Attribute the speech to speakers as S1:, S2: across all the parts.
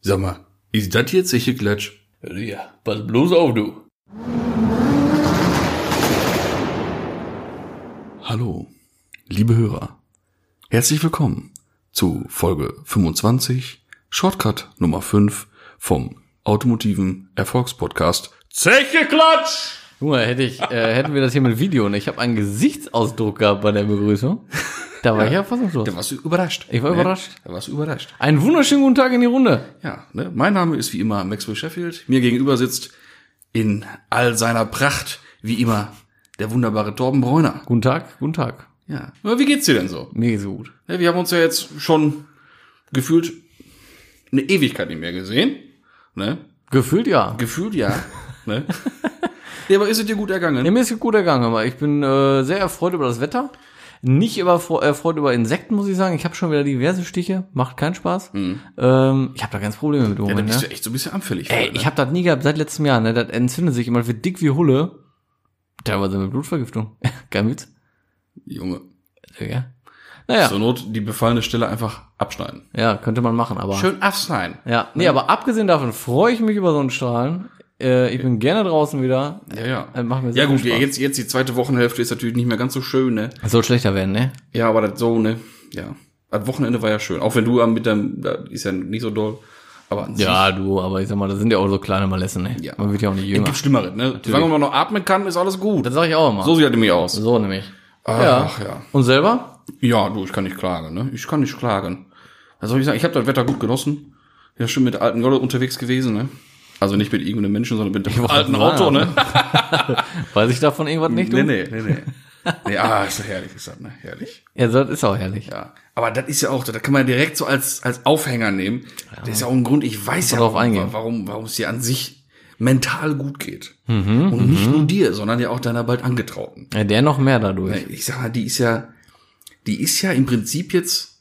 S1: Sag mal, ist das jetzt sicher Klatsch?
S2: Ja, pass bloß auf, du.
S1: Hallo, liebe Hörer. Herzlich willkommen zu Folge 25, Shortcut Nummer 5 vom automotiven Erfolgspodcast
S2: Zeche Klatsch!
S3: Guck mal, hätte ich, äh, hätten wir das hier mit Video und ich habe einen Gesichtsausdruck gehabt bei der Begrüßung. Da war ich ja fassungslos.
S1: Da warst du überrascht.
S3: Ich war
S1: ne?
S3: überrascht.
S1: Da warst du überrascht.
S3: Einen wunderschönen guten Tag in die Runde.
S1: Ja, ne? mein Name ist wie immer Maxwell Sheffield. Mir gegenüber sitzt in all seiner Pracht, wie immer, der wunderbare Torben Bräuner.
S3: Guten Tag, guten Tag.
S1: Ja. Aber wie geht's dir denn so?
S3: Mir geht's gut.
S1: Ne, Wir haben uns ja jetzt schon gefühlt eine Ewigkeit nicht mehr gesehen. Ne?
S3: Gefühlt ja.
S1: Gefühlt ja. ne? Ja, aber ist es dir gut ergangen?
S3: Ja, mir ist gut ergangen, aber ich bin äh, sehr erfreut über das Wetter. Nicht über, erfreut über Insekten, muss ich sagen. Ich habe schon wieder diverse Stiche, macht keinen Spaß. Ähm, ich habe da ganz Probleme mit im
S1: Ja, da
S3: Moment,
S1: bist
S3: ne?
S1: du echt so ein bisschen anfällig.
S3: Ey,
S1: für, ne?
S3: ich habe das nie gehabt seit letztem Jahr, ne? Das entzündet sich immer, wird dick wie Hulle. Teilweise mit Blutvergiftung. Kein Witz.
S1: Junge.
S3: Ja. Naja,
S1: Zur Not die befallene Stelle einfach abschneiden.
S3: ja, könnte man machen, aber.
S1: Schön abschneiden.
S3: Ja, nee, aber abgesehen davon freue ich mich über Sonnenstrahlen. Äh, ich bin gerne draußen wieder.
S1: Ja, ja.
S3: Äh, macht mir sehr
S1: ja,
S3: viel
S1: gut,
S3: Spaß.
S1: jetzt, jetzt die zweite Wochenhälfte ist natürlich nicht mehr ganz so schön, ne?
S3: Es soll schlechter werden, ne?
S1: Ja, aber das so, ne? Ja. Das Wochenende war ja schön. Auch wenn du am mit deinem, das ist ja nicht so doll. Aber an
S3: Ja, du, aber ich sag mal, das sind ja auch so kleine Malessen, ne?
S1: Ja.
S3: Man wird ja auch nicht
S1: sich
S3: jünger.
S1: gibt Schlimmeres, ne? Solange man noch atmen kann, ist alles gut.
S3: Das sag ich auch immer.
S1: so sieht das nämlich aus.
S3: So nämlich.
S1: Ah, Ach, ja.
S3: Und selber?
S1: Ja, du, ich kann nicht klagen, ne? Ich kann nicht klagen. Was soll ich sagen? Ich habe das Wetter gut genossen. Ja, schon mit alten Jolle unterwegs gewesen, ne? Also nicht mit irgendeinem Menschen, sondern mit dem
S3: wollte
S1: alten
S3: sagen.
S1: Auto, ne?
S3: Weiß ich davon irgendwas nicht? du?
S1: Nee, nee, nee, nee. nee ah, ist doch herrlich gesagt, ne? Herrlich.
S3: Ja, so, das ist auch herrlich.
S1: Ja. Aber das ist ja auch, das kann man ja direkt so als, als Aufhänger nehmen. Das ist ja auch ein Grund, ich weiß ja,
S3: drauf eingehen.
S1: warum, warum es dir an sich mental gut geht. Und nicht nur dir, sondern ja auch deiner bald Angetrauten.
S3: Ja, der noch mehr dadurch.
S1: Ich sag mal, die ist ja, die ist ja im Prinzip jetzt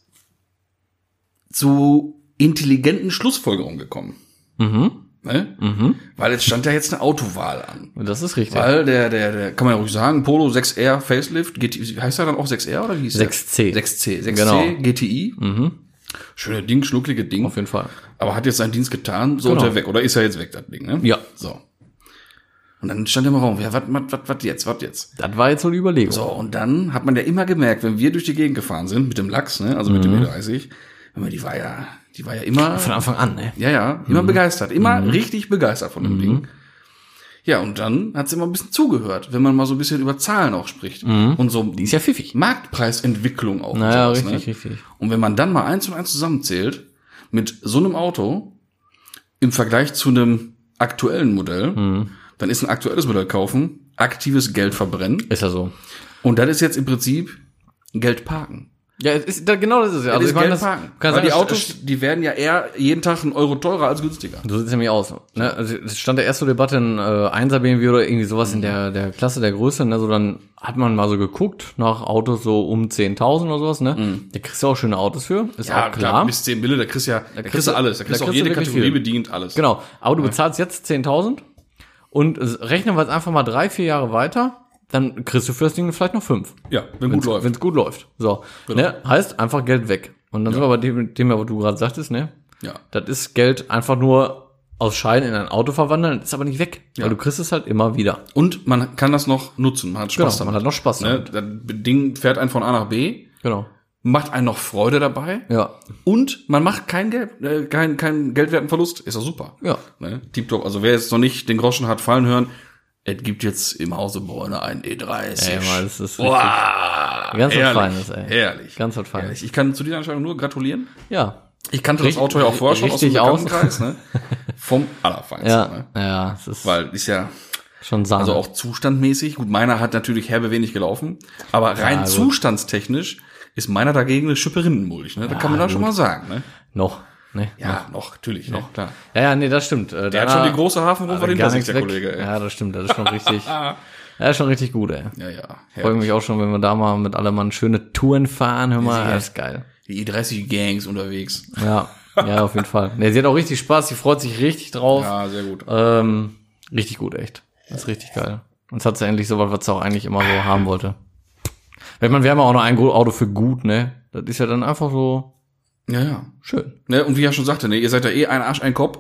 S1: zu intelligenten Schlussfolgerungen gekommen.
S3: Mhm.
S1: Ne? Weil jetzt stand ja jetzt eine Autowahl an.
S3: Und Das ist richtig.
S1: Weil der, der, der, kann man ja ruhig sagen, Polo 6R Facelift, GTI, heißt er dann auch 6R oder wie hieß der?
S3: 6C.
S1: 6C, 6C,
S3: Genau.
S1: GTI. Schöne Ding, schnucklige Ding.
S3: Auf jeden Fall.
S1: Aber hat jetzt seinen Dienst getan, so
S3: Genau.
S1: ist er weg. Oder ist er jetzt weg, das Ding, ne?
S3: Ja.
S1: So. Und dann stand er im Raum, ja, was, was, was, was jetzt, was jetzt?
S3: Das war jetzt so die Überlegung.
S1: So, und dann hat man ja immer gemerkt, wenn wir durch die Gegend gefahren sind, mit dem Lachs, ne, also mit dem E30, wenn man, die war ja, die war ja immer,
S3: Mhm. Von Mhm. Anfang an, ne?
S1: ja, ja, immer begeistert, immer richtig begeistert von dem
S3: Mhm.
S1: Ding. Ja, und dann hat sie immer ein bisschen zugehört, wenn man mal so ein bisschen über Zahlen auch spricht.
S3: Mhm.
S1: Und so die
S3: ist ja pfiffig. ne?
S1: Marktpreisentwicklung auch. und
S3: Naja,
S1: sowas, ne?
S3: richtig, richtig.
S1: Und wenn man dann mal eins und eins zusammenzählt, mit so einem Auto im Vergleich zu einem aktuellen Modell,
S3: Mhm.
S1: dann ist ein aktuelles Modell kaufen, aktives Geld verbrennen.
S3: Ist ja so.
S1: Und das ist jetzt im Prinzip Geld parken.
S3: Ja, es ist, da, genau das ist ja.
S1: Das
S3: Also,
S1: ist
S3: ich meine,
S1: Geld
S3: das,
S1: parken. Weil
S3: kann sagen,
S1: die
S3: das-
S1: Autos, die werden ja eher jeden Tag einen Euro teurer als günstiger.
S3: So sieht's nämlich aus. Ne? Also es stand ja erst so Debatte ein äh, 1er BMW oder irgendwie sowas in der, der Klasse der Größe. Ne? So dann hat man mal so geguckt nach Autos so um 10.000 oder sowas. Ne? Da kriegst du auch schöne Autos für, ist auch klar.
S1: bis 10 Mille, da kriegst du ja, da kriegst du alles. Da kriegst du auch
S3: kriegst du
S1: jede
S3: wirklich
S1: Kategorie
S3: viel.
S1: bedient, alles.
S3: Genau, aber du bezahlst jetzt 10.000 und äh, rechnen wir jetzt einfach mal drei, vier Jahre weiter, dann kriegst du für das Ding vielleicht noch fünf.
S1: Ja, wenn gut läuft.
S3: Wenn es gut läuft. So, ne? heißt einfach Geld weg. Und dann sind wir bei dem Thema, was du gerade sagtest, ne?
S1: ja.
S3: Das ist Geld einfach nur aus Schein in ein Auto verwandeln, ist aber nicht weg, weil du kriegst es halt immer wieder.
S1: Und man kann das noch nutzen. Man hat Spaß
S3: Genau, man hat noch Spaß damit.
S1: damit. Genau. Ne? Das Ding fährt einen von A nach B,
S3: Genau.
S1: macht einen noch Freude dabei.
S3: Ja.
S1: Und man macht keinen Geld, äh, keinen keinen geldwerten Verlust. Ist doch super.
S3: Ja.
S1: Ne? Tipptopp. Also wer jetzt noch nicht den Groschen hat fallen hören, es gibt jetzt im Hause Bräune E einen E30.
S3: Ey, mal, das ist richtig.
S1: Wow,
S3: Ganz was
S1: herrlich,
S3: Feines, ey.
S1: Herrlich.
S3: Ganz was Feines.
S1: Herrlich. Ich kann zu dieser Entscheidung nur gratulieren.
S3: Ja.
S1: Ich kannte
S3: Richtig-
S1: das Auto ja auch vorher schon aus dem
S3: richtig aus.
S1: Bekanntenkreis, ne? Vom Allerfeinsten,
S3: Ja.
S1: ne?
S3: Ja, es ist
S1: Weil ist ja
S3: schon Sahne.
S1: also auch zustandmäßig. Gut, meiner hat natürlich herbe wenig gelaufen, aber rein
S3: gut.
S1: zustandstechnisch ist meiner dagegen eine Schippe Rindenmulch, ne? Da kann man da schon mal sagen, ne?
S3: noch, ne?
S1: Ja, noch, natürlich, noch, klar.
S3: Ja, ja, nee, das stimmt. Äh, Der
S1: hat schon die große Hafenrufer hinter sich, der
S3: weg.
S1: Kollege, ey.
S3: Ja, das stimmt, das ist schon richtig. ja, ist schon richtig gut, ey.
S1: Ja, ja.
S3: Freue
S1: herrlich.
S3: mich auch schon, wenn wir da mal mit allem Mann schöne Touren fahren, hör mal,
S1: sicher.
S3: das ist geil.
S1: Die E30-Gangs unterwegs.
S3: Ja, ja, auf jeden Fall. Nee, sie hat auch richtig Spaß, sie freut sich richtig drauf.
S1: Ja, sehr gut.
S3: Ähm, richtig gut, echt. Das ist richtig geil. Jetzt hat sie endlich so was, was sie auch eigentlich immer so haben wollte. Wenn man, wir haben ja auch noch ein Gro- Auto für gut, ne? Das ist ja dann einfach so
S1: Ja, ja.
S3: Schön.
S1: Ne, und wie er schon sagte, ne, ihr seid ja eh ein Arsch, ein Kopf.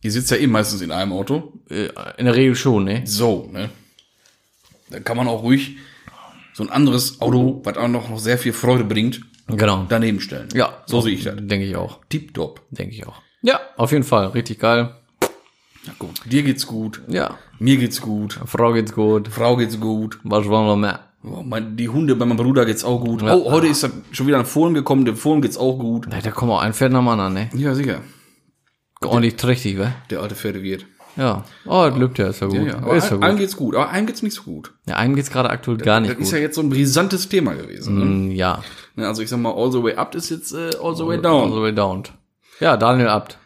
S1: Ihr sitzt ja eh meistens in einem Auto.
S3: Äh, In der Regel schon, ne?
S1: So, ne? Dann kann man auch ruhig so ein anderes Auto, was auch noch, noch sehr viel Freude bringt,
S3: Genau.
S1: daneben stellen.
S3: Ja.
S1: So sehe ich das.
S3: Denke ich auch.
S1: Tipptopp.
S3: Denke ich auch. Ja, auf jeden Fall. Richtig geil.
S1: Na gut. Dir geht's gut.
S3: Ja.
S1: Mir geht's gut.
S3: Frau geht's gut.
S1: Frau geht's gut.
S3: Was wollen wir mehr?
S1: Oh, mein, die Hunde bei meinem Bruder geht's auch gut. Oh, heute ist er schon wieder ein Fohlen gekommen. Dem Fohlen geht's auch gut.
S3: Da kommen auch ein Pferd nach dem anderen, ne?
S1: Ja, sicher.
S3: Ordentlich trächtig, wa?
S1: Der alte Pferde wird.
S3: Ja. Oh, das lübt ja, ist ja gut.
S1: Ja, ja. Aber
S3: ist ja
S1: ein, einem
S3: gut.
S1: geht's gut. Aber einem geht's nicht so gut.
S3: Ja, einem geht's gerade aktuell gar nicht
S1: Das ist
S3: gut.
S1: ja jetzt so ein brisantes Thema gewesen. ne?
S3: Mm, Ja.
S1: Ne, Also ich sag mal, all the way up ist jetzt äh, all the way down.
S3: Also we don't. Ja, Daniel Abt.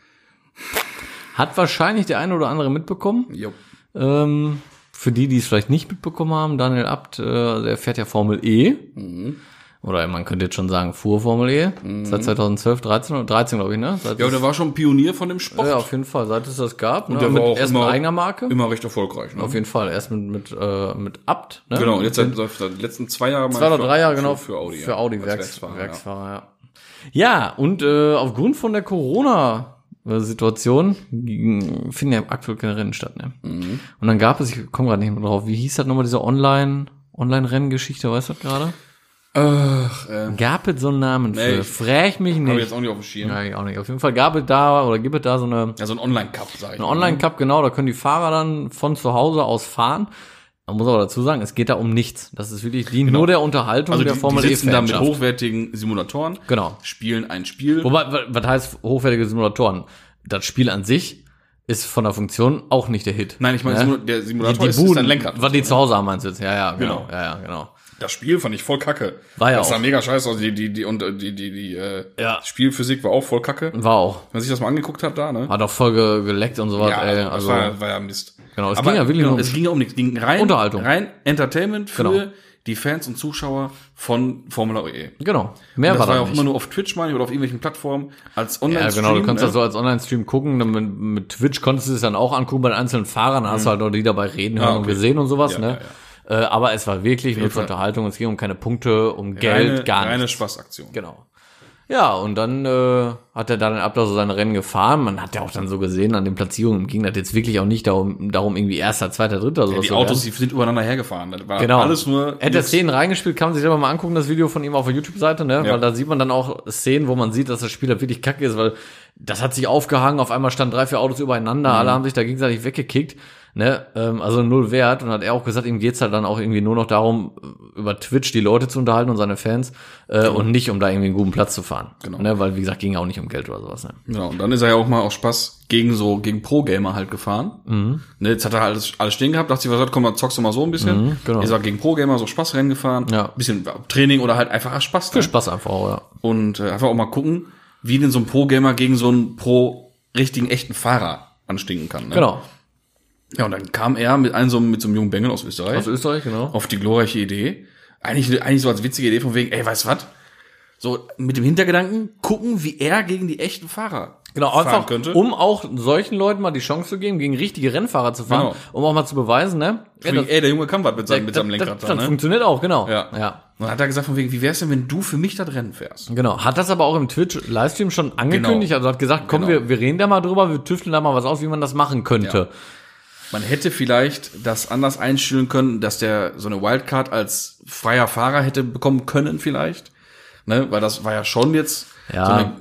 S3: Hat wahrscheinlich der eine oder andere mitbekommen.
S1: Jo.
S3: Ähm, für die, die es vielleicht nicht mitbekommen haben, Daniel Abt, äh, der fährt ja Formel E.
S1: Mhm.
S3: Oder man könnte jetzt schon sagen, fuhr Formel E. Seit 2012, 13 oder 13, glaube ich, ne? Seit
S1: Ja,
S3: es,
S1: der war schon Pionier von dem Sport.
S3: ja, auf jeden Fall, seit es das gab. ne?
S1: der war auch
S3: erst
S1: immer-
S3: mit eigener Marke.
S1: Immer recht erfolgreich. Ne?
S3: Auf jeden Fall, erst mit, mit, äh, mit Abt. Ne?
S1: Genau, und jetzt seit, seit den letzten zwei Jahren.
S3: Zwei oder drei Jahre genau
S1: Für, für Audi.
S3: Für Audi
S1: als
S3: Werks,
S1: Werksfahrer,
S3: Werksfahrer,
S1: ja.
S3: ja. Ja, und äh, aufgrund von der Corona-Situation ging- finden ja aktuell keine Rennen statt. Ne?
S1: Mhm.
S3: Und dann gab es, ich komme gerade nicht mehr drauf, wie hieß das nochmal, diese Online- Online-Renngeschichte, weißt du das gerade?
S1: Ach, äh,
S3: Gab es so einen Namen für?
S1: Nee, ich-
S3: Frag
S1: habe
S3: mich
S1: ich
S3: nicht.
S1: jetzt auch nicht auf dem Schirm.
S3: Nein, auch nicht. Auf jeden Fall gab es da oder gibt es da so eine
S1: Also ein Online-Cup, sag ich.
S3: ein
S1: mal.
S3: Online-Cup, genau, da können die Fahrer dann von zu Hause aus fahren. Man muss aber dazu sagen, es geht da um nichts. Das ist wirklich dient nur der Unterhaltung
S1: also
S3: der
S1: die,
S3: Formel
S1: die sitzen da mit
S3: E-Fanschaft.
S1: hochwertigen Simulatoren,
S3: Genau.
S1: spielen ein Spiel.
S3: Wobei, wa- was heißt hochwertige Simulatoren? Das Spiel an sich ist von der Funktion auch nicht der Hit.
S1: Nein, ich meine,
S3: Ja?
S1: Simula- der Simulator ist, ist
S3: Buden,
S1: ein Lenkrad.
S3: Was die zu Hause haben, meinst du jetzt? Ja, ja, genau.
S1: Genau.
S3: Ja, ja, genau.
S1: Das Spiel fand ich voll kacke.
S3: War ja
S1: das sah
S3: auch.
S1: mega scheiße aus. Die, die, die, und äh, die, die, die äh,
S3: Ja.
S1: Spielphysik war auch voll kacke. Wenn
S3: War auch.
S1: man sich das mal angeguckt hat, da, ne?
S3: Hat auch voll ge geleckt und sowas, ey.
S1: das
S3: Also,
S1: war, war ja Mist.
S3: Genau, es ging ja wirklich nur um-
S1: es ging ja um nichts, ging rein
S3: Unterhaltung.
S1: rein Entertainment für
S3: Genau.
S1: die Fans und Zuschauer von Formula E.
S3: genau. Mehr
S1: das
S3: war
S1: war
S3: da
S1: ja auch
S3: nicht.
S1: immer nur auf Twitch mal oder auf irgendwelchen Plattformen als Online
S3: Ja, genau, du kannst
S1: ne?
S3: das so als Online-Stream gucken. Dann mit, mit Twitch konntest du es dann auch angucken bei den einzelnen Fahrern, hast du halt noch die dabei reden hören
S1: Mhm. Ah,
S3: und
S1: okay.
S3: gesehen und sowas,
S1: Ja,
S3: ne? Äh, aber es war wirklich nur zur
S1: Fall.
S3: Unterhaltung, es ging um keine Punkte, um Geld,
S1: reine,
S3: gar
S1: reine
S3: nichts.
S1: Spaßaktion.
S3: Genau. Ja, und dann äh, hat er dann ab da so seine Rennen gefahren. Man hat ja auch dann so gesehen, an den Platzierungen ging das jetzt wirklich auch nicht darum, darum irgendwie erster, zweiter, dritter, sowas.
S1: Die
S3: zu
S1: Autos,
S3: werden.
S1: die sind übereinander hergefahren. Das war
S3: Genau.
S1: alles nur.
S3: Hätte er
S1: Jungs-
S3: Szenen reingespielt, kann man sich selber mal angucken, das Video von ihm auf der YouTube-Seite, ne? Weil da sieht man dann auch Szenen, wo man sieht, dass das Spiel halt wirklich kacke ist, weil das hat sich aufgehangen, auf einmal standen drei, vier Autos
S1: Mhm.
S3: übereinander, alle haben sich da gegenseitig weggekickt, ne? Ähm, also null Wert. Und hat er auch gesagt, ihm geht's halt dann auch irgendwie nur noch darum, über Twitch die Leute zu unterhalten und seine Fans äh, und nicht, um da irgendwie einen guten Platz zu fahren.
S1: Genau.
S3: Ne? Weil, wie gesagt, ging auch nicht um Geld oder sowas, ne?
S1: Genau, und dann ist er ja auch mal aus Spaß gegen so, gegen Pro-Gamer halt gefahren.
S3: Mhm.
S1: Ne, jetzt hat er alles, alles stehen gehabt, dachte sich, was hat, komm, mal zockst du mal so ein bisschen.
S3: genau.
S1: Ist er gegen Pro-Gamer so Spaßrennen gefahren.
S3: Ja.
S1: Bisschen Training oder halt einfach Spaß. ne?
S3: Spaß einfach, auch, ja.
S1: Und äh, einfach auch mal gucken, wie denn so ein Pro-Gamer gegen so einen Pro-richtigen, echten Fahrer anstinken kann. Ne?
S3: Genau.
S1: Ja, und dann kam er mit einem so, einem- mit so einem jungen Bengel aus Österreich
S3: Aus Österreich, genau.
S1: auf die glorreiche Idee. Eigentlich, eigentlich so als witzige Idee von wegen, ey, weißt du was? So mit dem Hintergedanken, gucken, wie er gegen die echten Fahrer
S3: Genau,
S1: fahren
S3: einfach,
S1: könnte.
S3: um auch solchen Leuten mal die Chance zu geben, gegen richtige Rennfahrer zu fahren,
S1: Genau.
S3: um auch mal zu beweisen, ne?
S1: Von wegen, ey, der Junge kann was mit seinem, mit seinem Lenkrad
S3: das,
S1: da,
S3: das
S1: ne? Und
S3: funktioniert auch, genau.
S1: Ja.
S3: ja.
S1: dann hat er gesagt, von wegen, wie wär's denn, wenn du für mich das Rennen fährst?
S3: Genau. Hat das aber auch im Twitch-Livestream schon angekündigt,
S1: Genau.
S3: also hat gesagt, komm,
S1: Genau.
S3: wir, wir reden da mal drüber, wir tüfteln da mal was aus, wie man das machen könnte.
S1: Man hätte vielleicht das anders einstellen können, dass der so eine Wildcard als freier Fahrer hätte bekommen können, vielleicht. Ne? Weil das war ja schon jetzt
S3: Ja.
S1: so eine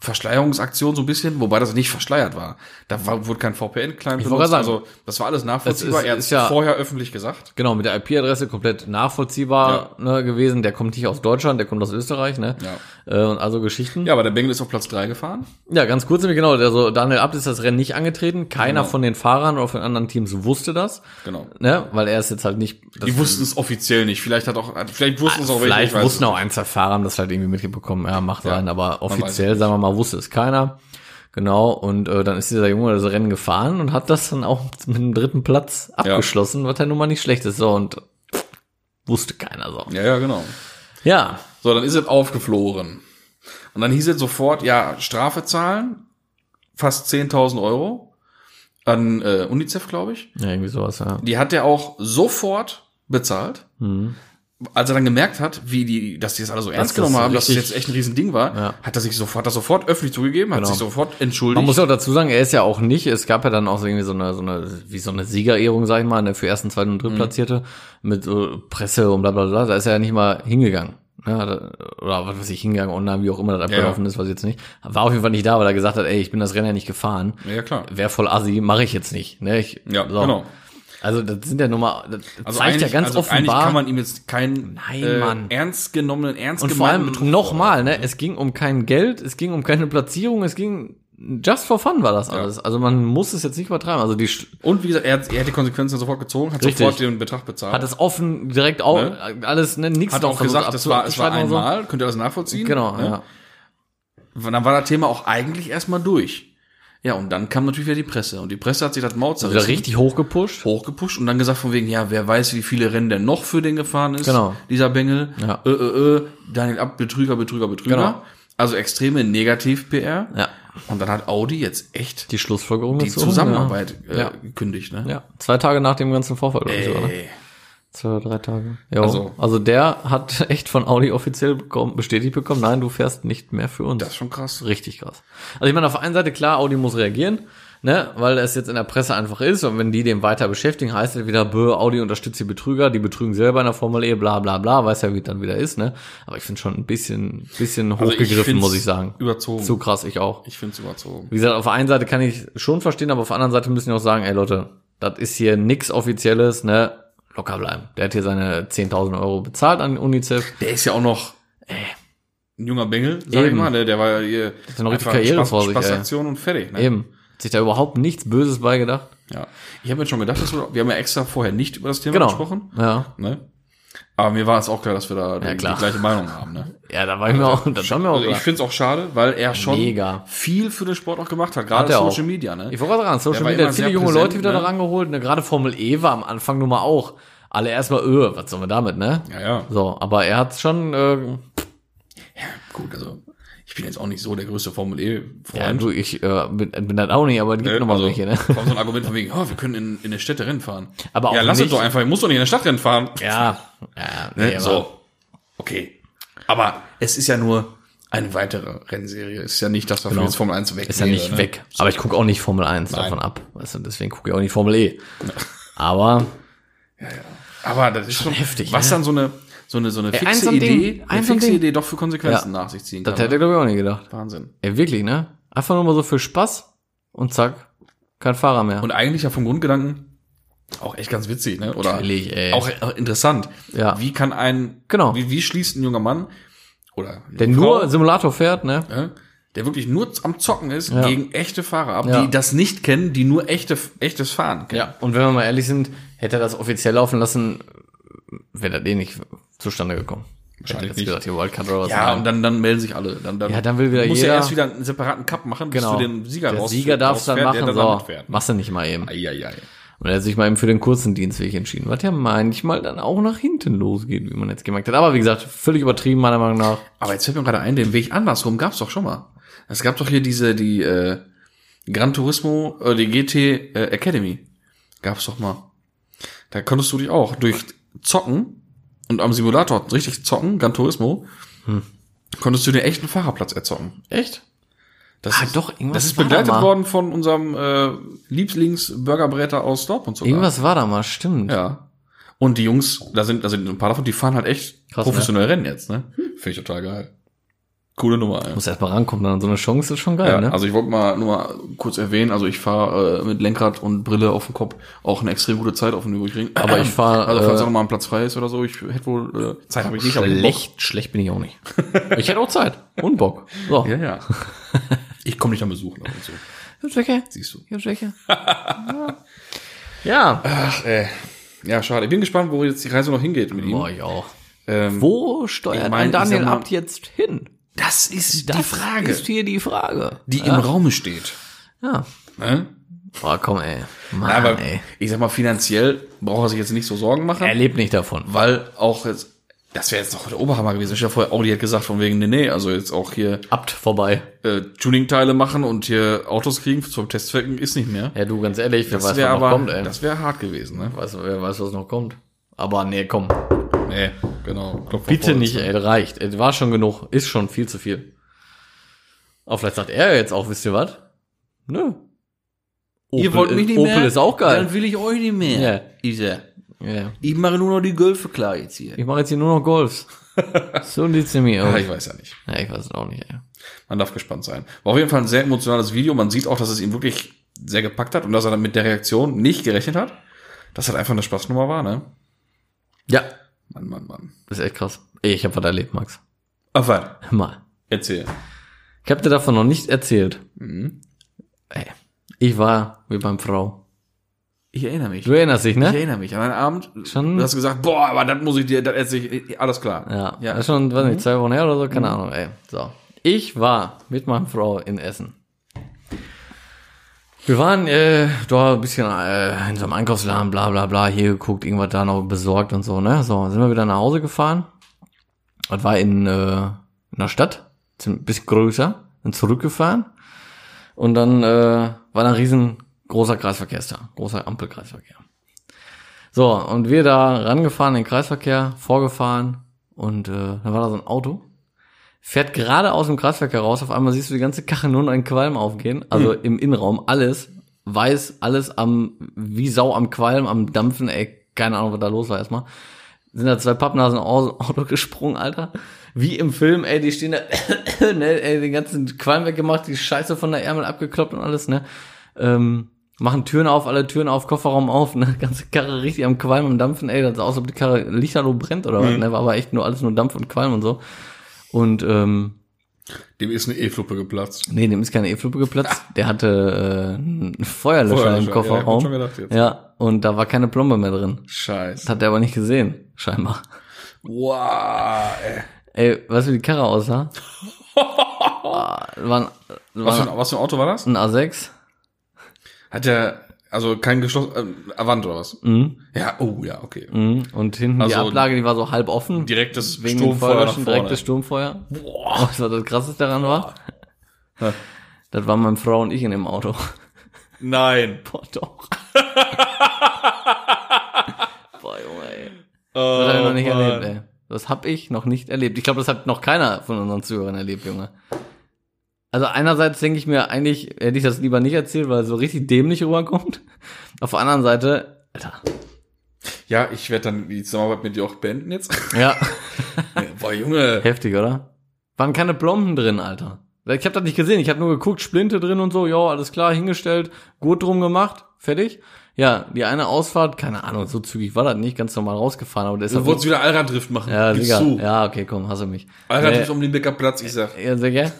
S1: Verschleierungsaktion so ein bisschen, wobei das nicht verschleiert war. Da war, wurde kein VPN-Client
S3: wollte gerade sagen,
S1: also das war alles nachvollziehbar.
S3: ist-
S1: er hat
S3: ist
S1: es
S3: ja-
S1: vorher öffentlich gesagt.
S3: Genau, mit der IP-Adresse komplett nachvollziehbar ne, gewesen. Der kommt nicht aus Deutschland, der kommt aus Österreich, ne?
S1: Ja.
S3: Äh, und also Geschichten.
S1: Ja, aber der Bengel ist auf Platz drei gefahren.
S3: Ja, ganz kurz nämlich genau. Also Daniel Abt ist das Rennen nicht angetreten. Keiner von den Fahrern oder von anderen Teams wusste das.
S1: Genau.
S3: Ne? Weil er ist jetzt halt nicht.
S1: Die wussten es offiziell nicht. Vielleicht hat auch, vielleicht wussten es auch welche.
S3: Ah, Vielleicht
S1: ich weiß es
S3: wussten auch ein, zwei Fahrer, haben das halt irgendwie mitbekommen. Ja, macht sein, aber
S1: weiß es
S3: offiziell, sagen wir mal, wusste es keiner. Genau, und äh, dann ist dieser Junge das Rennen gefahren und hat das dann auch mit dem dritten Platz abgeschlossen, was ja nun mal nicht schlecht ist. So, und wusste keiner so.
S1: Ja, ja, genau.
S3: Ja,
S1: So, dann ist es aufgeflogen. Und dann hieß es sofort, ja, Strafe zahlen, fast 10.000 Euro an äh, UNICEF, glaube ich.
S3: ja irgendwie sowas, ja.
S1: Die hat er auch sofort bezahlt, als er dann gemerkt hat, wie die, dass die das alle so ernst
S3: Mhm. das
S1: genommen haben, dass das
S3: richtig-
S1: jetzt echt ein Riesending war,
S3: Ja.
S1: hat er sich sofort, hat er sofort öffentlich zugegeben, hat
S3: Genau.
S1: sich sofort entschuldigt.
S3: Man muss ja auch dazu sagen, er ist ja auch nicht, es gab ja dann auch so irgendwie so eine, so eine, wie so eine Siegerehrung, sag ich mal, ne, für ersten, zweiten und
S1: Mhm.
S3: drittplatzierte mit so Presse und bla bla bla, da ist er ja nicht mal hingegangen. Ja, da, oder was weiß ich, hingegangen, online, wie auch immer das abgelaufen ist, weiß ich jetzt nicht. War auf jeden Fall nicht da, weil er gesagt hat, ey, ich bin das Rennen ja nicht gefahren.
S1: ja, klar.
S3: Wär voll assi, mache ich jetzt nicht. Ne? Ich,
S1: Ja, genau.
S3: Also das sind ja nun mal, das
S1: Also
S3: zeigt ja
S1: eigentlich-
S3: ganz
S1: also
S3: offenbar.
S1: Eigentlich kann man ihm jetzt keinen äh,
S3: Nein, Mann.
S1: ernst genommenen, ernst
S3: Und vor
S1: gemeinten
S3: allem
S1: Betrug-
S3: nochmal, ne? Es ging um kein Geld, es ging um keine Platzierung, es ging just for fun war das alles. Also man muss es jetzt nicht übertreiben. Also die Sch-
S1: Und wie gesagt, er hat, er hat die Konsequenzen sofort gezogen, hat
S3: Richtig.
S1: sofort den Betrag bezahlt.
S3: hat es offen direkt auch
S1: Ne?
S3: alles ne, nichts
S1: hat
S3: noch
S1: auch
S3: versucht
S1: gesagt, das war, es war
S3: abzuschreiben oder so.
S1: einmal, könnt ihr das nachvollziehen?
S3: Genau,
S1: Ne?
S3: ja.
S1: Dann war das Thema auch eigentlich erstmal durch. Ja, und dann kam natürlich wieder die Presse. Und die Presse hat sich das Maut
S3: Wieder
S1: zerrissen,
S3: richtig hochgepusht.
S1: hochgepusht und dann gesagt von wegen, ja, wer weiß, wie viele Rennen denn noch für den gefahren ist,
S3: Genau.
S1: dieser Bengel.
S3: Ja.
S1: Äh, äh, äh, Daniel Ab, Betrüger, Betrüger, Betrüger.
S3: Genau.
S1: Also extreme Negativ-PR.
S3: Ja.
S1: Und dann hat Audi jetzt echt
S3: Die Schlussfolgerung
S1: die
S3: gezogen,
S1: Zusammenarbeit
S3: Ja.
S1: äh,
S3: ja.
S1: gekündigt, ne?
S3: Ja, zwei Tage nach dem ganzen Vorfall. Oder so, ne?
S1: Ey.
S3: Zwei oder drei Tage. Jo.
S1: Also-
S3: Also, der hat echt von Audi offiziell bekommen, bestätigt bekommen, nein, du fährst nicht mehr für uns.
S1: Das ist schon krass.
S3: Richtig krass. Also ich meine, auf der einen Seite klar, Audi muss reagieren, ne, weil es jetzt in der Presse einfach ist und wenn die den weiter beschäftigen, heißt es wieder, bö, Audi unterstützt die Betrüger, die betrügen selber in der Formel E, bla bla bla, weiß ja, wie es dann wieder ist, ne? Aber ich finde schon ein bisschen, bisschen
S1: Also ich
S3: hochgegriffen,
S1: find's
S3: muss ich sagen.
S1: Überzogen.
S3: Zu krass, ich auch.
S1: Ich finde es überzogen.
S3: Wie gesagt, auf der einen Seite kann ich schon verstehen, aber auf der anderen Seite müssen wir auch sagen, ey Leute, das ist hier nix Offizielles, ne? Locker bleiben. Der hat hier seine 10.000 Euro bezahlt an UNICEF.
S1: Der ist ja auch noch ein junger Bengel, sag ich
S3: Eben.
S1: mal. Der, der war ja hier
S3: hat ja noch richtig
S1: einfach
S3: Karriere vor sich, ey.
S1: Spaßaktion und fertig. Ne?
S3: Eben. Hat Sich da überhaupt nichts Böses beigedacht.
S1: Ja. Ich habe mir schon gedacht, dass wir, wir haben ja extra vorher nicht über das Thema
S3: Genau.
S1: gesprochen.
S3: Ja.
S1: Ne? Aber mir war es auch klar, dass wir da die, die
S3: klar.
S1: gleiche Meinung haben. Ne?
S3: Ja, da war ich mir auch, das haben wir auch
S1: Also ich
S3: gedacht.
S1: finde es auch schade, weil er schon
S3: Mega.
S1: viel für den Sport auch gemacht hat, gerade
S3: er
S1: Social
S3: auch.
S1: Media. Ne?
S3: Ich wollte gerade sagen,
S1: Der
S3: Social
S1: war
S3: Media
S1: immer
S3: hat viele
S1: sehr
S3: junge
S1: präsent,
S3: Leute wieder
S1: ne?
S3: da rangeholt. Ne? Gerade Formel E war am Anfang nun mal auch. Alle erstmal, öh, was sollen wir damit, ne?
S1: Ja, ja.
S3: So, aber er hat schon, äh,
S1: Gut, also ich bin jetzt auch nicht so der größte Formel
S3: ja,
S1: E-Freund.
S3: du, ich äh, bin, bin das auch nicht, aber es gibt nochmal
S1: also,
S3: welche, ne?
S1: Kommt so ein Argument von wegen, oh, wir können in, in der Städte rennen fahren.
S3: Aber auch
S1: ja, lass es
S3: nicht-
S1: doch einfach, ihr muss doch nicht in der Stadt rennen fahren.
S3: Ja, ja, nee,
S1: Ne?
S3: aber-
S1: so. Okay. Aber es ist ja nur eine weitere Rennserie. Es ist ja nicht, dass wir von jetzt Formel 1 weg
S3: Genau.
S1: ne?
S3: Ist ja nicht weg. Aber ich gucke auch nicht Formel 1 davon ab. Weißt du, deswegen gucke ich auch nicht Formel E. Aber
S1: Aber das ist schon
S3: heftig,
S1: Was
S3: ne?
S1: dann so eine, so eine, so eine
S3: ein
S1: fixe
S3: so ein
S1: Idee,
S3: Ding, ein
S1: eine
S3: so ein
S1: fixe
S3: Ding.
S1: Idee doch für Konsequenzen nach sich ziehen kann.
S3: das hätte ich glaube ich auch nicht gedacht.
S1: ne? Wahnsinn.
S3: Ey, wirklich, ne? Einfach nur mal so für Spaß und zack, kein Fahrer mehr.
S1: Und eigentlich ja vom Grundgedanken auch echt ganz witzig, ne? Oder
S3: Natürlich, ey.
S1: auch äh, interessant.
S3: Ja.
S1: Wie kann ein,
S3: Genau.
S1: wie, wie schließt ein junger Mann oder eine
S3: der
S1: junge
S3: nur
S1: Frau,
S3: Simulator fährt, ne?
S1: ne, der wirklich nur am Zocken ist,
S3: Ja.
S1: gegen echte Fahrer ab,
S3: Ja.
S1: die das nicht kennen, die nur echte, echtes Fahren kennen.
S3: Ja, und wenn wir mal ehrlich sind, hätte er das offiziell laufen lassen, wäre das eh nicht zustande gekommen.
S1: Wahrscheinlich
S3: Hätte jetzt
S1: nicht.
S3: Gesagt, hier Wildcard oder was
S1: Ja,
S3: Nein.
S1: und dann, dann melden sich alle. Dann, dann,
S3: Ja, dann will wieder
S1: muss ja
S3: jeder-
S1: erst wieder einen separaten Cup machen, bis
S3: genau.
S1: du den Sieger
S3: der
S1: raus-
S3: Sieger darfst dann
S1: rausfährt, der
S3: machen, so,
S1: mitfährt.
S3: machst du nicht mal eben.
S1: Eieiei.
S3: Und er hat sich mal eben für den kurzen Dienstweg entschieden, was ja manchmal dann auch nach hinten losgeht, wie man jetzt gemerkt hat. Aber wie gesagt, völlig übertrieben meiner Meinung nach.
S1: Aber jetzt fällt mir gerade ein, den Weg andersrum gab's doch schon mal. Es gab doch hier diese, die äh, Gran Turismo, äh, die GT äh, Academy. Gab's doch mal. Da konntest du dich auch durch Zocken und am Simulator richtig zocken, Gran Turismo, konntest du den echten Fahrerplatz erzocken.
S3: Hm. Echt?
S1: Das
S3: Ah,
S1: ist,
S3: doch, irgendwas
S1: das ist
S3: war da
S1: begleitet
S3: mal.
S1: worden von unserem äh, Lieblings-Burgerbräter aus Dortmund sogar.
S3: Irgendwas war da mal, stimmt.
S1: Ja. Und die Jungs, da sind, da sind ein paar davon, die fahren halt echt
S3: Krass, Hm.
S1: professionell Rennen jetzt, ne? Finde ich total geil. Coole Nummer, ey.
S3: Muss erst mal rankommen, dann so eine Chance ist schon geil,
S1: Ja,
S3: ne?
S1: Also ich wollte mal nur mal kurz erwähnen, also ich fahre äh, mit Lenkrad und Brille auf dem Kopf auch eine extrem gute Zeit auf dem Nürburgring.
S3: Aber ich fahr,
S1: also falls
S3: äh,
S1: auch mal ein Platz frei ist oder so, ich hätte wohl äh, Zeit habe ich nicht, aber ich hab Bock.
S3: schlecht, schlecht bin ich auch nicht. ich hätte auch Zeit und Bock. So.
S1: Ja, ja. Ich komme dich dann besuchen ab und zu.
S3: Ist okay.
S1: Siehst du.
S3: Ist okay. ja. ja.
S1: Ach, ey. Ja, schade. Ich bin gespannt, wo jetzt die Reise noch hingeht mit ihm.
S3: Boah, ich auch.
S1: Ähm,
S3: Wo steuert
S1: Ich mein,
S3: ein
S1: ich sag
S3: Daniel
S1: mal-
S3: Abt jetzt hin?
S1: das ist
S3: Das ist hier die Frage.
S1: die im Raume steht.
S3: Ja.
S1: Ne?
S3: Boah, komm, ey. Mann,
S1: Aber
S3: ey.
S1: ich sag mal, finanziell braucht er sich jetzt nicht so Sorgen machen.
S3: Er lebt nicht davon.
S1: weil auch jetzt, das wäre jetzt noch der Oberhammer gewesen. Ich habe vorher Audi hat gesagt, von wegen, nee, nee, also jetzt auch hier
S3: Abt vorbei.
S1: äh, Tuning-Teile machen und hier Autos kriegen zum Testzwecken ist nicht mehr.
S3: Ja, du, ganz ehrlich, wer
S1: das
S3: weiß,
S1: wäre
S3: was noch
S1: aber,
S3: kommt, ey.
S1: das wäre hart gewesen, ne?
S3: weiß, wer weiß, was noch kommt. Aber nee, komm.
S1: Nee. genau. Klopf auf
S3: Bitte
S1: Holz.
S3: nicht, ey, reicht. Es war schon genug, ist schon viel zu viel. Aber vielleicht sagt er jetzt auch, wisst ihr was? Nö. Opel
S1: Ihr wollt
S3: ist-
S1: mich nicht mehr?
S3: Opel ist auch
S1: Dann
S3: geil.
S1: will ich euch nicht mehr.
S3: Ja.
S1: Isa.
S3: Ja.
S1: Ich mache nur noch die Gölfe klar jetzt hier.
S3: Ich mache jetzt hier nur noch Golfs. so sieht's nämlich
S1: Ja,
S3: aus.
S1: ich weiß ja nicht.
S3: Ja, ich weiß es auch nicht, ey.
S1: Man darf gespannt sein. War auf jeden Fall ein sehr emotionales Video. Man sieht auch, dass es ihn wirklich sehr gepackt hat und dass er dann mit der Reaktion nicht gerechnet hat. Das hat einfach eine Spaßnummer war, ne?
S3: Ja,
S1: Mann, Mann, Mann.
S3: das ist echt krass. Ey, ich habe was erlebt, Max.
S1: Ach, warte.
S3: Hör Mal.
S1: Erzähl.
S3: Ich habe dir davon noch nicht erzählt.
S1: Mhm.
S3: Ey, ich war wie beim Frau.
S1: Ich erinnere mich.
S3: Du erinnerst dich,
S1: Ich
S3: ne?
S1: erinnere mich an einen Abend.
S3: Schon?
S1: Du hast gesagt, boah, aber das muss ich dir, das erzähl ich, eh, alles klar.
S3: Ja,
S1: Ja.
S3: ja. Ist schon, weiß nicht, zwei Wochen her oder so, keine Ahnung, ey. So. Ich war mit meiner Frau in Essen. Wir waren äh, da ein bisschen äh, in so einem Einkaufsladen, bla bla bla, hier geguckt, irgendwas da noch besorgt und so, ne? So, sind wir wieder nach Hause gefahren. Das war in, äh, in der Stadt, zum- ein bisschen größer, dann zurückgefahren. Und dann äh, war da ein riesengroßer Kreisverkehrstag, großer Ampelkreisverkehr. So, und wir da rangefahren in den Kreisverkehr, vorgefahren und äh, dann war da so ein Auto, fährt gerade aus dem Kreisverkehr raus, auf einmal siehst du die ganze Kachel nur und einen Qualm aufgehen, also im Innenraum, alles weiß, alles am, wie Sau am Qualm, am Dampfen, ey, keine Ahnung, was da los war erstmal. Sind da zwei Pappnasen aus dem Auto gesprungen, Alter. Wie im Film, ey, die stehen da, ne, ey, den ganzen Qualm weggemacht, die Scheiße von der Ärmel abgekloppt und alles, ne ähm, machen Türen auf, alle Türen auf, Kofferraum auf, ne, ganze Karre richtig am Qualm, am Dampfen, ey, das sah aus, als ob die Karre lichterloh brennt oder
S1: Mhm.
S3: was, ne, war aber echt nur alles nur Dampf und Qualm und so. Und, ähm,
S1: Dem ist eine E-Fluppe geplatzt.
S3: nee, dem ist keine E-Fluppe geplatzt, der hatte, äh, einen Feuerlöscher,
S1: Feuerlöscher,
S3: im
S1: ja, ich hab
S3: Kofferraum.
S1: schon gedacht jetzt.
S3: ja, und da war keine Plombe mehr drin. Das
S1: Scheiße.
S3: hat der aber nicht gesehen, scheinbar.
S1: Wow, ey.
S3: Ey, weißt du, wie die Karre aussah? Ah, war, ein-
S1: Was für,
S3: war
S1: ein, was für ein Auto war das?
S3: ein A6.
S1: Hat der, also kein geschlossen, ähm, Avant oder was?
S3: Mhm.
S1: Ja, oh, ja, okay.
S3: Mhm. Und hinten die
S1: Also,
S3: Ablage, die war so halb offen.
S1: Direktes
S3: wegen dem
S1: Sturmfeuer nach
S3: Feuerlöschen
S1: vorne.
S3: direktes Sturmfeuer. Boah. Was war Oh, das krasseste daran war?
S1: Ja.
S3: Das waren meine Frau und ich in dem Auto.
S1: Nein.
S3: Boah, doch. Boah, Junge, ey.
S1: Oh,
S3: Das hab ich noch nicht
S1: Mann.
S3: erlebt, ey. Das hab ich noch nicht erlebt. Ich glaube, das hat noch keiner von unseren Zuhörern erlebt, Junge. Also einerseits denke ich mir, eigentlich hätte ich das lieber nicht erzählt, weil es so richtig dämlich rüberkommt. Auf der anderen Seite, Alter,
S1: Ja, ich werde dann die Zusammenarbeit mit dir auch beenden jetzt.
S3: ja,
S1: Boah, Junge.
S3: heftig, oder? Waren keine Plomben drin, Alter. Ich habe das nicht gesehen, ich habe nur geguckt, Splinte drin und so, ja, alles klar, hingestellt, Gurt drum gemacht, fertig. Ja, die eine Ausfahrt, keine Ahnung, so zügig war das nicht, ganz normal rausgefahren, aber der ist
S1: Du wolltest wieder Allraddrift machen.
S3: ja,
S1: Gib's
S3: Digga.
S1: zu.
S3: ja, Äh, okay, komm, hasse mich. Äh,
S1: Allraddrift um den Becker Platz, ich sag.
S3: Ja, sehr gern.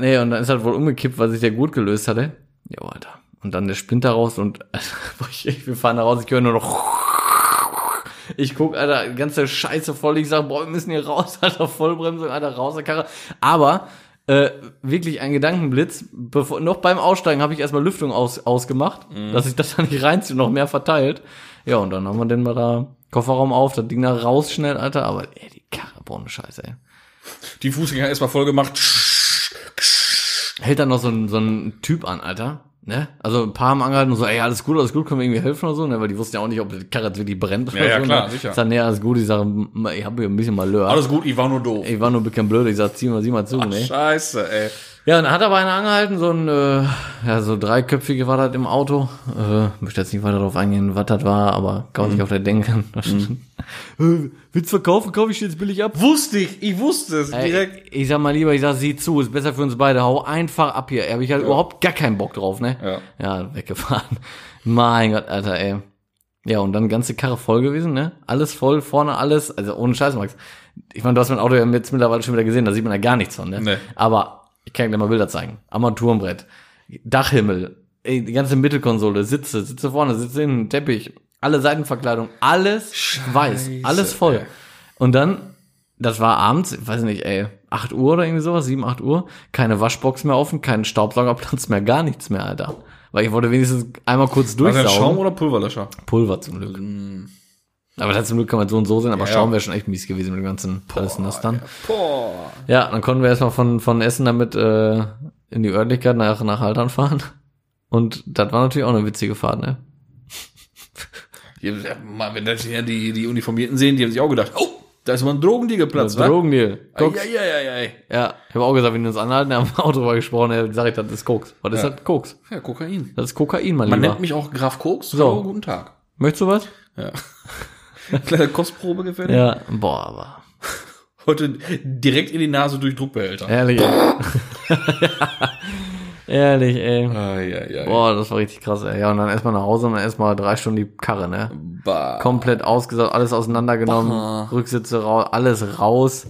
S3: Nee, und dann ist halt wohl umgekippt, weil sich der gut gelöst hatte. Ja, Alter. Und dann der Splinter raus und boah, ich, ich, wir fahren da raus, ich höre nur noch. Ich guck, Alter, ganze Scheiße voll. Ich sag, boah, wir müssen hier raus, Alter, Vollbremsung, Alter, raus der Karre. Aber äh, wirklich ein Gedankenblitz. Bevor, noch beim Aussteigen habe ich erstmal Lüftung aus, ausgemacht, dass ich das da nicht reinziehe, noch mehr verteilt. Ja, und dann haben wir den mal da Kofferraum auf, das Ding da raus schnell, Alter. Aber ey, die Karre, boah, ne Scheiße, ey.
S1: Die Fußgänger erstmal voll gemacht.
S3: hält dann noch so ein, so ein Typ an, Alter. Ne? Also ein paar haben angehalten und so, ey, alles gut, alles gut, können wir irgendwie helfen oder so, ne? Weil die wussten ja auch nicht, ob die Karre jetzt wirklich brennt oder
S1: Ja, ja,
S3: so.
S1: klar,
S3: ne?
S1: sicher.
S3: Ich sag, nee, alles gut, ich sag, m- ich hab hier ein bisschen Malheur.
S1: Alles gut, ich war nur doof.
S3: ich war nur ein bisschen blöd, ich sag, zieh mal, sieh mal zu, ne?
S1: Scheiße, ey.
S3: Ja, und dann hat aber einer angehalten, so ein, äh, ja, so dreiköpfige war das im Auto. Äh, möchte jetzt nicht weiter darauf eingehen, was das war, aber kann man
S1: Mhm.
S3: sich auf der denken. Äh, Willst du verkaufen, kaufe ich jetzt billig ab?
S1: Wusste ich, ich wusste es
S3: Ey, Ich sag mal lieber, ich sag, sieh zu, ist besser für uns beide. Hau einfach ab hier. Ey, Hab ich halt überhaupt gar keinen Bock drauf, ne? Ja. Ja, weggefahren. Mein Gott, Alter, ey. Ja, und dann ganze Karre voll gewesen, ne? Alles voll, vorne alles, also ohne Scheiß, Max. Ich meine, du hast mein Auto ja jetzt mittlerweile schon wieder gesehen, da sieht man ja gar nichts von, ne?
S1: Nee.
S3: Aber ich kann dir mal Bilder zeigen. Armaturenbrett, Dachhimmel, ey, die ganze Mittelkonsole, Sitze, Sitze vorne, Sitze hinten, Teppich, alle Seitenverkleidung, alles weiß, alles voll.
S1: ey.
S3: Und dann, das war abends, ich weiß nicht, ey, 8 Uhr oder irgendwie sowas, 7, 8 Uhr, keine Waschbox mehr offen, keinen Staubsaugerplatz mehr, gar nichts mehr, Alter. Weil ich wollte wenigstens einmal kurz
S1: War das Schaum
S3: durchsaugen.
S1: oder Pulverlöscher?
S3: Pulver zum Glück. Aber das zum Glück kann man so und so sehen, aber
S1: Ja,
S3: Schaum
S1: ja.
S3: wäre schon echt mies gewesen mit dem ganzen alles nass dann.
S1: Boah.
S3: Ja, dann konnten wir erstmal von, von Essen damit äh, in die Örtlichkeit nach, nach Haltern fahren. Und das war natürlich auch eine witzige Fahrt, ne?
S1: Hier, ja, Mann, wenn das hier die, die Uniformierten sehen, die haben sich auch gedacht, oh, Da ist mal ein Drogendealplatz, wa?
S3: Drogendeal. Koks.
S1: Ei, ei, ei, ei.
S3: Ja, ich habe auch gesagt, wenn wir uns anhalten, haben wir auch drüber gesprochen, ja, sag ich, das ist Koks. Was ist das? Koks.
S1: Ja, Kokain.
S3: Das ist Kokain, mein
S1: Man
S3: Lieber.
S1: nennt mich auch Graf Koks.
S3: So.
S1: Hallo, guten Tag.
S3: Möchtest du was?
S1: Ja. Kleine Kostprobe gefällt.
S3: Ja. Boah, aber.
S1: Heute direkt in die Nase durch Druckbehälter.
S3: Ehrlich, ey. Ehrlich, ey.
S1: Ei, ei, ei.
S3: Boah, das war richtig krass, ey. Ja, und dann erstmal nach Hause und dann erstmal drei Stunden die Karre, ne?
S1: Bah.
S3: Komplett ausgesaugt, alles auseinandergenommen,
S1: Bah.
S3: Rücksitze raus, alles raus,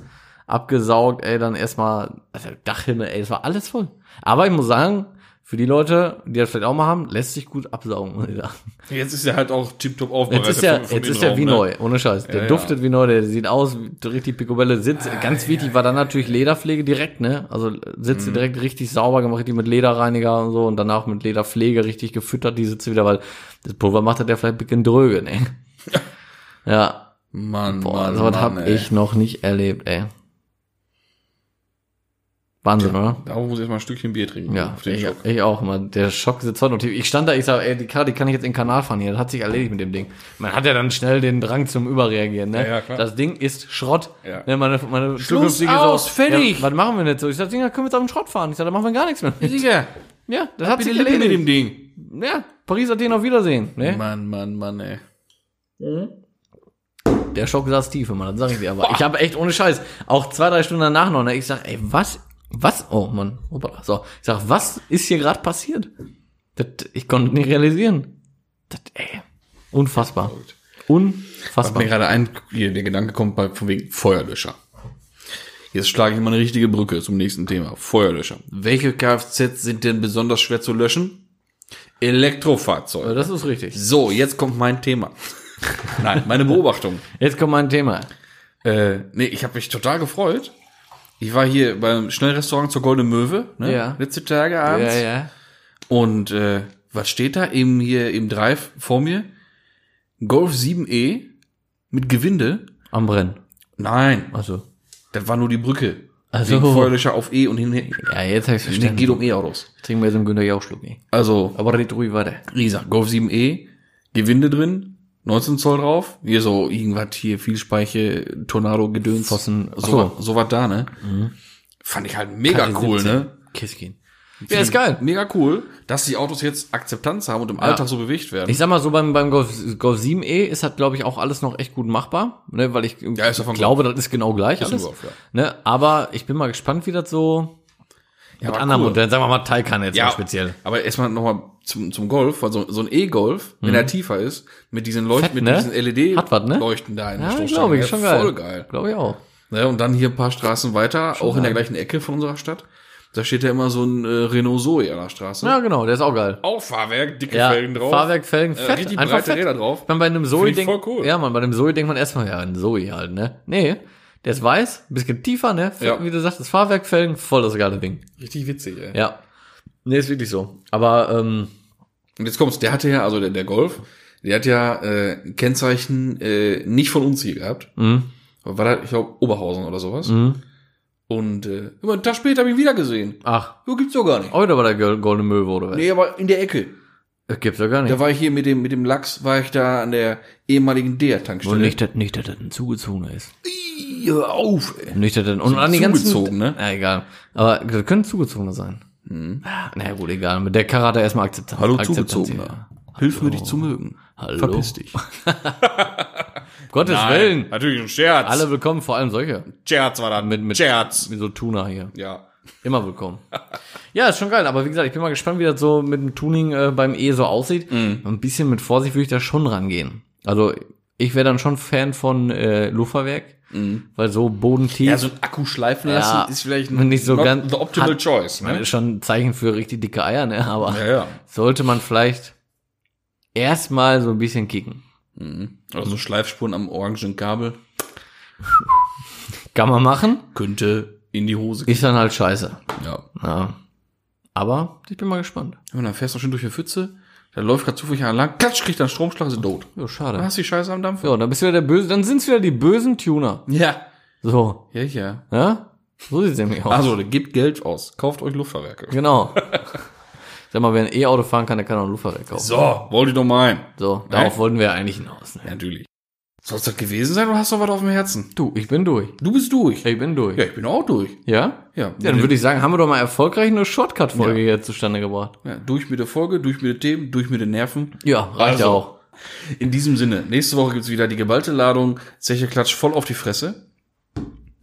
S3: abgesaugt, ey, dann erstmal, also Dachhimmel, ey, es war alles voll. Aber ich muss sagen, für die Leute, die das vielleicht auch mal haben, lässt sich gut absaugen, muss ich sagen.
S1: Jetzt ist er halt auch tiptop aufbereitet.
S3: Jetzt ist ja,
S1: von- von
S3: jetzt ist
S1: innen
S3: ja wie
S1: raum, ne?
S3: neu, ohne Scheiß. Der
S1: Ja, Ah, ja.
S3: duftet wie neu, der sieht aus, wie richtig Picobello. Sitz, ganz wichtig war dann natürlich Lederpflege direkt, ne? Also Sitze
S1: Mhm.
S3: direkt richtig sauber gemacht, richtig mit Lederreiniger und so und danach mit Lederpflege richtig gefüttert, die Sitze wieder, weil das Pulver macht das ja vielleicht ein bisschen dröge, ne? ja,
S1: Mann,
S3: boah,
S1: Mann,
S3: sowas
S1: Mann,
S3: hab
S1: ey.
S3: ich noch nicht erlebt, ey. Wahnsinn, oder?
S1: Da muss ich erstmal ein Stückchen Bier trinken.
S3: Ja,
S1: Auf den
S3: ich,
S1: Schock.
S3: ich auch, man. Der Schock sitzt heute noch tief. Ich stand da, ich sag, ey, die Karre, die kann ich jetzt in den Kanal fahren hier. Das hat sich erledigt mit dem Ding. Man hat ja dann schnell den Drang zum Überreagieren, ne?
S1: Ja, ja, klar.
S3: Das Ding ist Schrott.
S1: Ja.
S3: Ne, meine, meine
S1: Schluss
S3: zukünftige
S1: aus, fertig.
S3: Ja, was machen wir denn jetzt so? Ich sag, Ding, da können wir jetzt auf den Schrott fahren. Ich sag, da machen wir gar nichts mehr. mit.
S1: Digga,
S3: Ja, das hat
S1: bitte
S3: sich
S1: Lippe mit dem
S3: erledigt.
S1: Ding.
S3: Ja, Paris hat den auf Wiedersehen, ne?
S1: Mann, Mann, Mann, ey.
S3: Der Schock saß tief, Mann, das sag ich dir aber. Ich habe echt ohne Scheiß, auch zwei, drei Stunden danach noch, ne? Ich sag, ey, was, was, oh Mann, hoppala, so. Ich sag, was ist hier gerade passiert? Das, ich konnte nicht realisieren. Das, ey, unfassbar.
S1: Was mir
S3: Unfassbar.
S1: gerade ein, hier, der Gedanke kommt bei, von wegen Feuerlöscher. Jetzt schlage ich mal eine richtige Brücke zum nächsten Thema. Feuerlöscher. Welche Kfz sind denn besonders schwer zu löschen? Elektrofahrzeuge.
S3: Das ist richtig.
S1: So, jetzt kommt mein Thema. Nein, meine Beobachtung.
S3: Jetzt kommt mein Thema.
S1: Äh, nee, ich habe mich total gefreut. Ich war hier beim Schnellrestaurant zur Goldenen Möwe, ne?
S3: Ja.
S1: Letzte Tage abends.
S3: ja.
S1: Und äh, was steht da eben hier im Drive vor mir? Golf 7e mit Gewinde.
S3: Am Brennen.
S1: Nein,
S3: Also.
S1: das war nur die Brücke.
S3: Ach
S1: Wegen
S3: so.
S1: Feuerlöscher auf E und hin. hin.
S3: Ja, jetzt habe ich
S1: Nee,
S3: verstanden.
S1: geht um E-Autos.
S3: Ich trinke mir jetzt einen Günther Jauch-Schluck. ey.
S1: Also,
S3: Aber red ruhig weiter.
S1: wie gesagt, Golf 7e, Gewinde drin, 19 Zoll drauf. Hier so irgendwas hier, Vielspeiche, Tornado, Gedöns.
S3: Pfosten. Ach Mhm.
S1: So, so was da, ne? Fand ich halt mega
S3: Karre
S1: cool,
S3: 17.
S1: ne?
S3: Kiskin. Ja, ist geil.
S1: Mega cool, dass die Autos jetzt Akzeptanz haben und im Alltag so bewegt werden.
S3: Ich sag mal so, beim, beim Golf, Golf 7e ist halt, glaube ich, auch alles noch echt gut machbar, ne? weil ich
S1: ist ja von
S3: glaube, das ist genau gleich
S1: ein
S3: alles.
S1: Golf, ja.
S3: ne? Aber ich bin mal gespannt, wie das so mit
S1: aber
S3: anderen
S1: cool.
S3: Modellen, sagen wir mal Taycan jetzt
S1: ja,
S3: mal speziell.
S1: Aber erstmal nochmal zum, zum Golf, weil so, so ein E-Golf, wenn er tiefer ist, mit diesen Leuchten,
S3: Mhm. Fett,
S1: mit
S3: ne?
S1: diesen
S3: Hat was, ne?
S1: LED-Leuchten da in der Stoßstange.
S3: glaub
S1: Ja, Voll geil.
S3: Glaube ich auch.
S1: Ja, Ne, und dann hier ein paar Straßen weiter, auch in der gleichen Ecke von unserer Stadt. Da steht ja immer so ein äh, Renault Zoe an der Straße.
S3: Ja, genau, der ist auch geil.
S1: Auch Fahrwerk, dicke
S3: Ja,
S1: Felgen drauf.
S3: Fahrwerk, Felgen,
S1: äh,
S3: fett,
S1: richtig
S3: einfach
S1: breite
S3: fett.
S1: Räder drauf.
S3: Man bei einem Zoe
S1: Finde ich
S3: denkt,
S1: voll cool.
S3: ja, man bei einem Zoe denkt man erstmal, ja, ein Zoe halt, ne? Nee, der ist weiß, ein bisschen tiefer, ne? Fett,
S1: Ja.
S3: Wie du sagst, das Fahrwerk, Felgen, voll das geile Ding.
S1: Richtig witzig, ey.
S3: Ja. Nee, ist wirklich so. Aber, ähm,
S1: Und jetzt kommt's, der hatte ja, also der, der Golf, der hat ja äh, ein Kennzeichen äh, nicht von uns hier gehabt.
S3: mhm.
S1: War da, ich glaube, Oberhausen oder sowas.
S3: Mhm.
S1: Und äh, immer einen Tag später habe ich ihn wieder gesehen.
S3: ach,
S1: So gibt's doch gar nicht.
S3: Auch wieder bei Oh, der Gol- Goldene Möwe oder was?
S1: Nee, aber in der Ecke.
S3: Das gibt's doch gar nicht.
S1: Da war ich hier mit dem, mit dem Lachs, war ich da an der ehemaligen DR-Tankstelle.
S3: Und nicht, dass, nicht, dass das ein zugezogener ist.
S1: Ih, hör auf, ey.
S3: Und nicht, dass das, und an die ganzen,
S1: zugezogen, ne? Mhm.
S3: Ja, egal. Aber das können zugezogene sein. Ah, Na ja, gut, egal. Mit der Karate erstmal Akzeptanz.
S1: Hallo
S3: Akzeptanz
S1: Zugezogener. Hilf mir, dich zu mögen.
S3: Hallo.
S1: Verpiss dich.
S3: hier. Gottes Willen.
S1: natürlich ein Scherz.
S3: Alle willkommen, vor allem solche.
S1: Scherz war da.
S3: Mit, mit,
S1: Scherz.
S3: mit so Tuna hier.
S1: Ja.
S3: Immer willkommen. ja, ist schon geil. Aber wie gesagt, ich bin mal gespannt, wie das so mit dem Tuning äh, beim E so aussieht.
S1: Mhm.
S3: Ein bisschen mit Vorsicht würde ich da schon rangehen. Also, ich wäre dann schon Fan von äh, Luferwerk, weil so bodentief.
S1: Mhm. Ja, so ein Akku schleifen lassen
S3: Ja,
S1: ist vielleicht
S3: nicht so
S1: not
S3: ganz-
S1: the optimal
S3: hat-
S1: choice.
S3: Ich meine,
S1: Ne?
S3: ist schon ein Zeichen für richtig dicke Eier, ne? Aber
S1: Ja, ja.
S3: sollte man vielleicht erstmal so ein bisschen kicken.
S1: Oder so Also Schleifspuren am orangenen Kabel.
S3: Kann man machen,
S1: Könnte in die Hose gehen.
S3: ist dann halt scheiße.
S1: Ja.
S3: Ja. Aber ich bin mal gespannt.
S1: Und dann fährst du schön durch die Pfütze, da läuft gerade zufällig einer lang, katsch, kriegt dann Stromschlag, sind tot.
S3: Ja,
S1: Dann
S3: schade.
S1: hast du die Scheiße am Dampfer.
S3: So, dann bist du wieder der böse, dann sind's wieder die bösen Tuner.
S1: Ja.
S3: So,
S1: Ja, ja.
S3: ja? So sieht's nämlich aus.
S1: Also, gebt Geld aus. Kauft euch Luftfahrwerke.
S3: Genau. Sag mal, wer ein E-Auto fahren kann, der kann auch einen Luftfahrwerk kaufen.
S1: So, wollte ich doch mal ein.
S3: So, darauf
S1: Hä?
S3: wollten wir ja eigentlich hinaus. Ne?
S1: Ja, natürlich. Soll es das gewesen sein oder hast du noch was auf dem Herzen?
S3: Du, ich bin durch.
S1: Du bist durch.
S3: Ich bin durch.
S1: Ja, ich bin auch durch.
S3: Ja?
S1: Ja.
S3: Ja, dann würde ich sagen, haben wir doch mal erfolgreich eine Shortcut-Folge hier zustande gebracht.
S1: Ja, durch mit der Folge, durch mit den Themen, durch mit den Nerven.
S3: Ja, reicht
S1: Also.
S3: ja auch.
S1: In diesem Sinne, nächste Woche gibt's wieder die geballte Ladung. Zeche Klatsch voll auf die Fresse.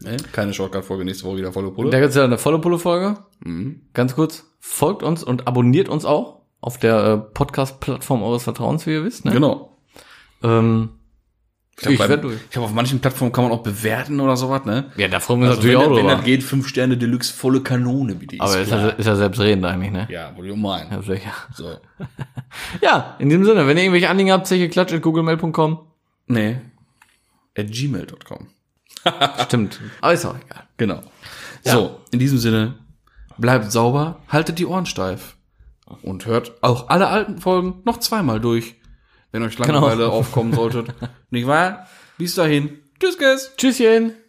S1: Ne? Keine Shortcut-Folge, nächste Woche wieder volle
S3: Da
S1: Pulle.
S3: gibt's ja eine volle Pulle-Folge.
S1: Mhm.
S3: Ganz kurz, folgt uns und abonniert uns auch auf der äh, Podcast-Plattform eures Vertrauens, wie ihr wisst. Ne?
S1: Genau.
S3: Ähm, ich
S1: glaub,
S3: werd
S1: beim-
S3: durch.
S1: ich hab auf manchen Plattformen kann man auch bewerten oder sowas, ne?
S3: Ja, da freuen wir
S1: wenn,
S3: uns natürlich auch
S1: das- wenn das
S3: drüber.
S1: geht, fünf Sterne Deluxe, volle Kanone, bitte.
S3: Aber ist ja, ist ja selbstredend eigentlich, ne?
S1: Ja, wollte ich auch meinen.
S3: Ja, sicher.
S1: So.
S3: ja, in diesem Sinne, wenn ihr irgendwelche Anliegen habt, zeche klatsch at googlemail.com.
S1: Nee. At gmail.com.
S3: Stimmt. Aber ist auch egal.
S1: Genau. So, in diesem Sinne, bleibt sauber, haltet die Ohren steif und hört auch alle alten Folgen noch zweimal durch, wenn euch Langeweile aufkommen solltet. Nicht wahr? Bis dahin. Tschüss, guys.
S3: Tschüsschen.